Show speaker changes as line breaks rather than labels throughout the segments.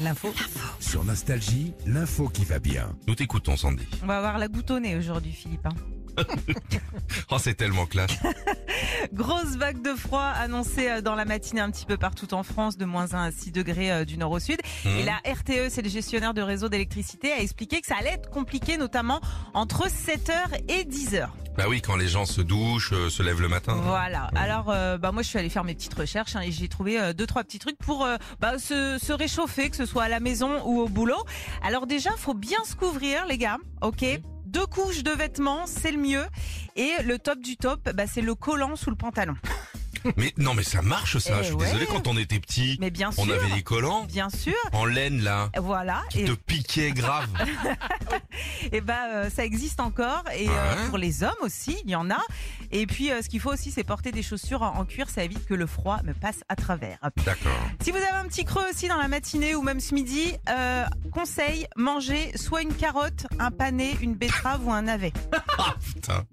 L'info.
Sur Nostalgie, l'info qui va bien.
Nous t'écoutons, Sandy.
On va avoir la goutonnée aujourd'hui, Philippe. hein.
Oh, c'est tellement classe.
Grosse vague de froid annoncée euh, dans la matinée un petit peu partout en France, de moins 1 à 6 degrés euh, du nord au sud. Et la RTE, c'est le gestionnaire de réseau d'électricité, a expliqué que ça allait être compliqué, notamment entre 7h et 10h.
Bah oui, quand les gens se douchent, euh, se lèvent le matin.
Voilà. Alors, euh, bah moi, je suis allée faire mes petites recherches hein, et j'ai trouvé euh, deux trois petits trucs pour euh, bah, se, se réchauffer, que ce soit à la maison ou au boulot. Alors déjà, faut bien se couvrir, les gars. Ok. Deux couches de vêtements, c'est le mieux. Et le top du top, bah, c'est le collant sous le pantalon.
Mais non, mais ça marche ça.
Oh. Eh
Je suis
ouais.
désolé, quand on était petit,
Mais bien sûr,
on avait les collants
bien sûr.
en laine là,
Voilà.
qui te piquaient grave.
Et bah euh, ça existe encore et euh,
Ouais.
pour les hommes aussi, il y en a. Et puis euh, ce qu'il faut aussi c'est porter des chaussures en, en cuir, ça évite que le froid me passe à travers.
D'accord.
Si vous avez un petit creux aussi dans la matinée ou même ce midi, euh, conseil manger soit une carotte, un pané, une betterave ou un navet.
Putain.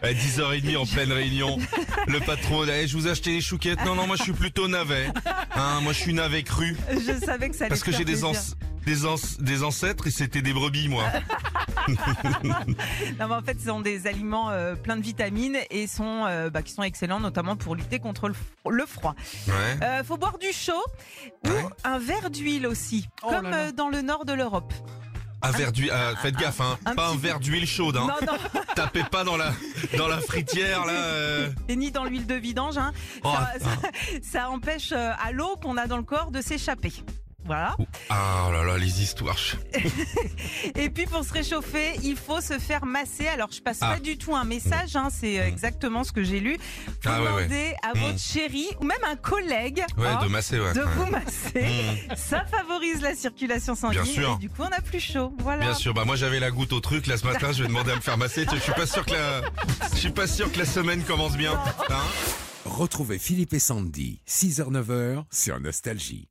À 10h30 en pleine réunion, le patron, Eh, je vous ai acheté les chouquettes. Non, non, moi je suis plutôt navet. Hein, moi je suis navet cru.
Je savais que ça allait
Parce que
te
j'ai
faire
des,
plaisir.
ans- des, ans- des ancêtres et c'était des brebis, moi.
Non, mais en fait, ce sont des aliments euh, pleins de vitamines et sont euh, bah, qui sont excellents notamment pour lutter contre le, f- le froid.
Ouais.
Euh, faut boire du chaud ou
Ouais. Oh
un verre d'huile aussi, comme euh, dans le nord de l'Europe.
Un verre d'huile, euh, faites gaffe, hein.
un
pas un
petit
verre d'huile chaude, hein.
Non, non,
Tapez pas dans la, dans la fritière, là. euh.
et ni dans l'huile de vidange. hein.
Oh,
Ça, ça- ça empêche euh, à l'eau qu'on a dans le corps de s'échapper. Voilà.
Ah oh là là, les histoires. je-
Et puis pour se réchauffer, il faut se faire masser. Alors je passe
Ah.
pas du tout un message, hein, c'est euh,
Mm.
exactement ce que j'ai lu. Vous
Ah ouais, ouais.
demandez à
Mm.
votre chéri ou même un collègue
Ouais,
hein,
de masser, ouais.
de
Ouais.
vous masser. Ça favorise la circulation sanguine.
Bien sûr.
Et du coup, on a plus chaud. Voilà.
Bien sûr, bah moi j'avais la goutte au truc là ce matin, je vais demander à me faire masser. Je suis pas sûr que la, je suis pas sûr que la semaine commence bien. Hein
Retrouvez Philippe et Sandy, 6h-9h sur Nostalgie.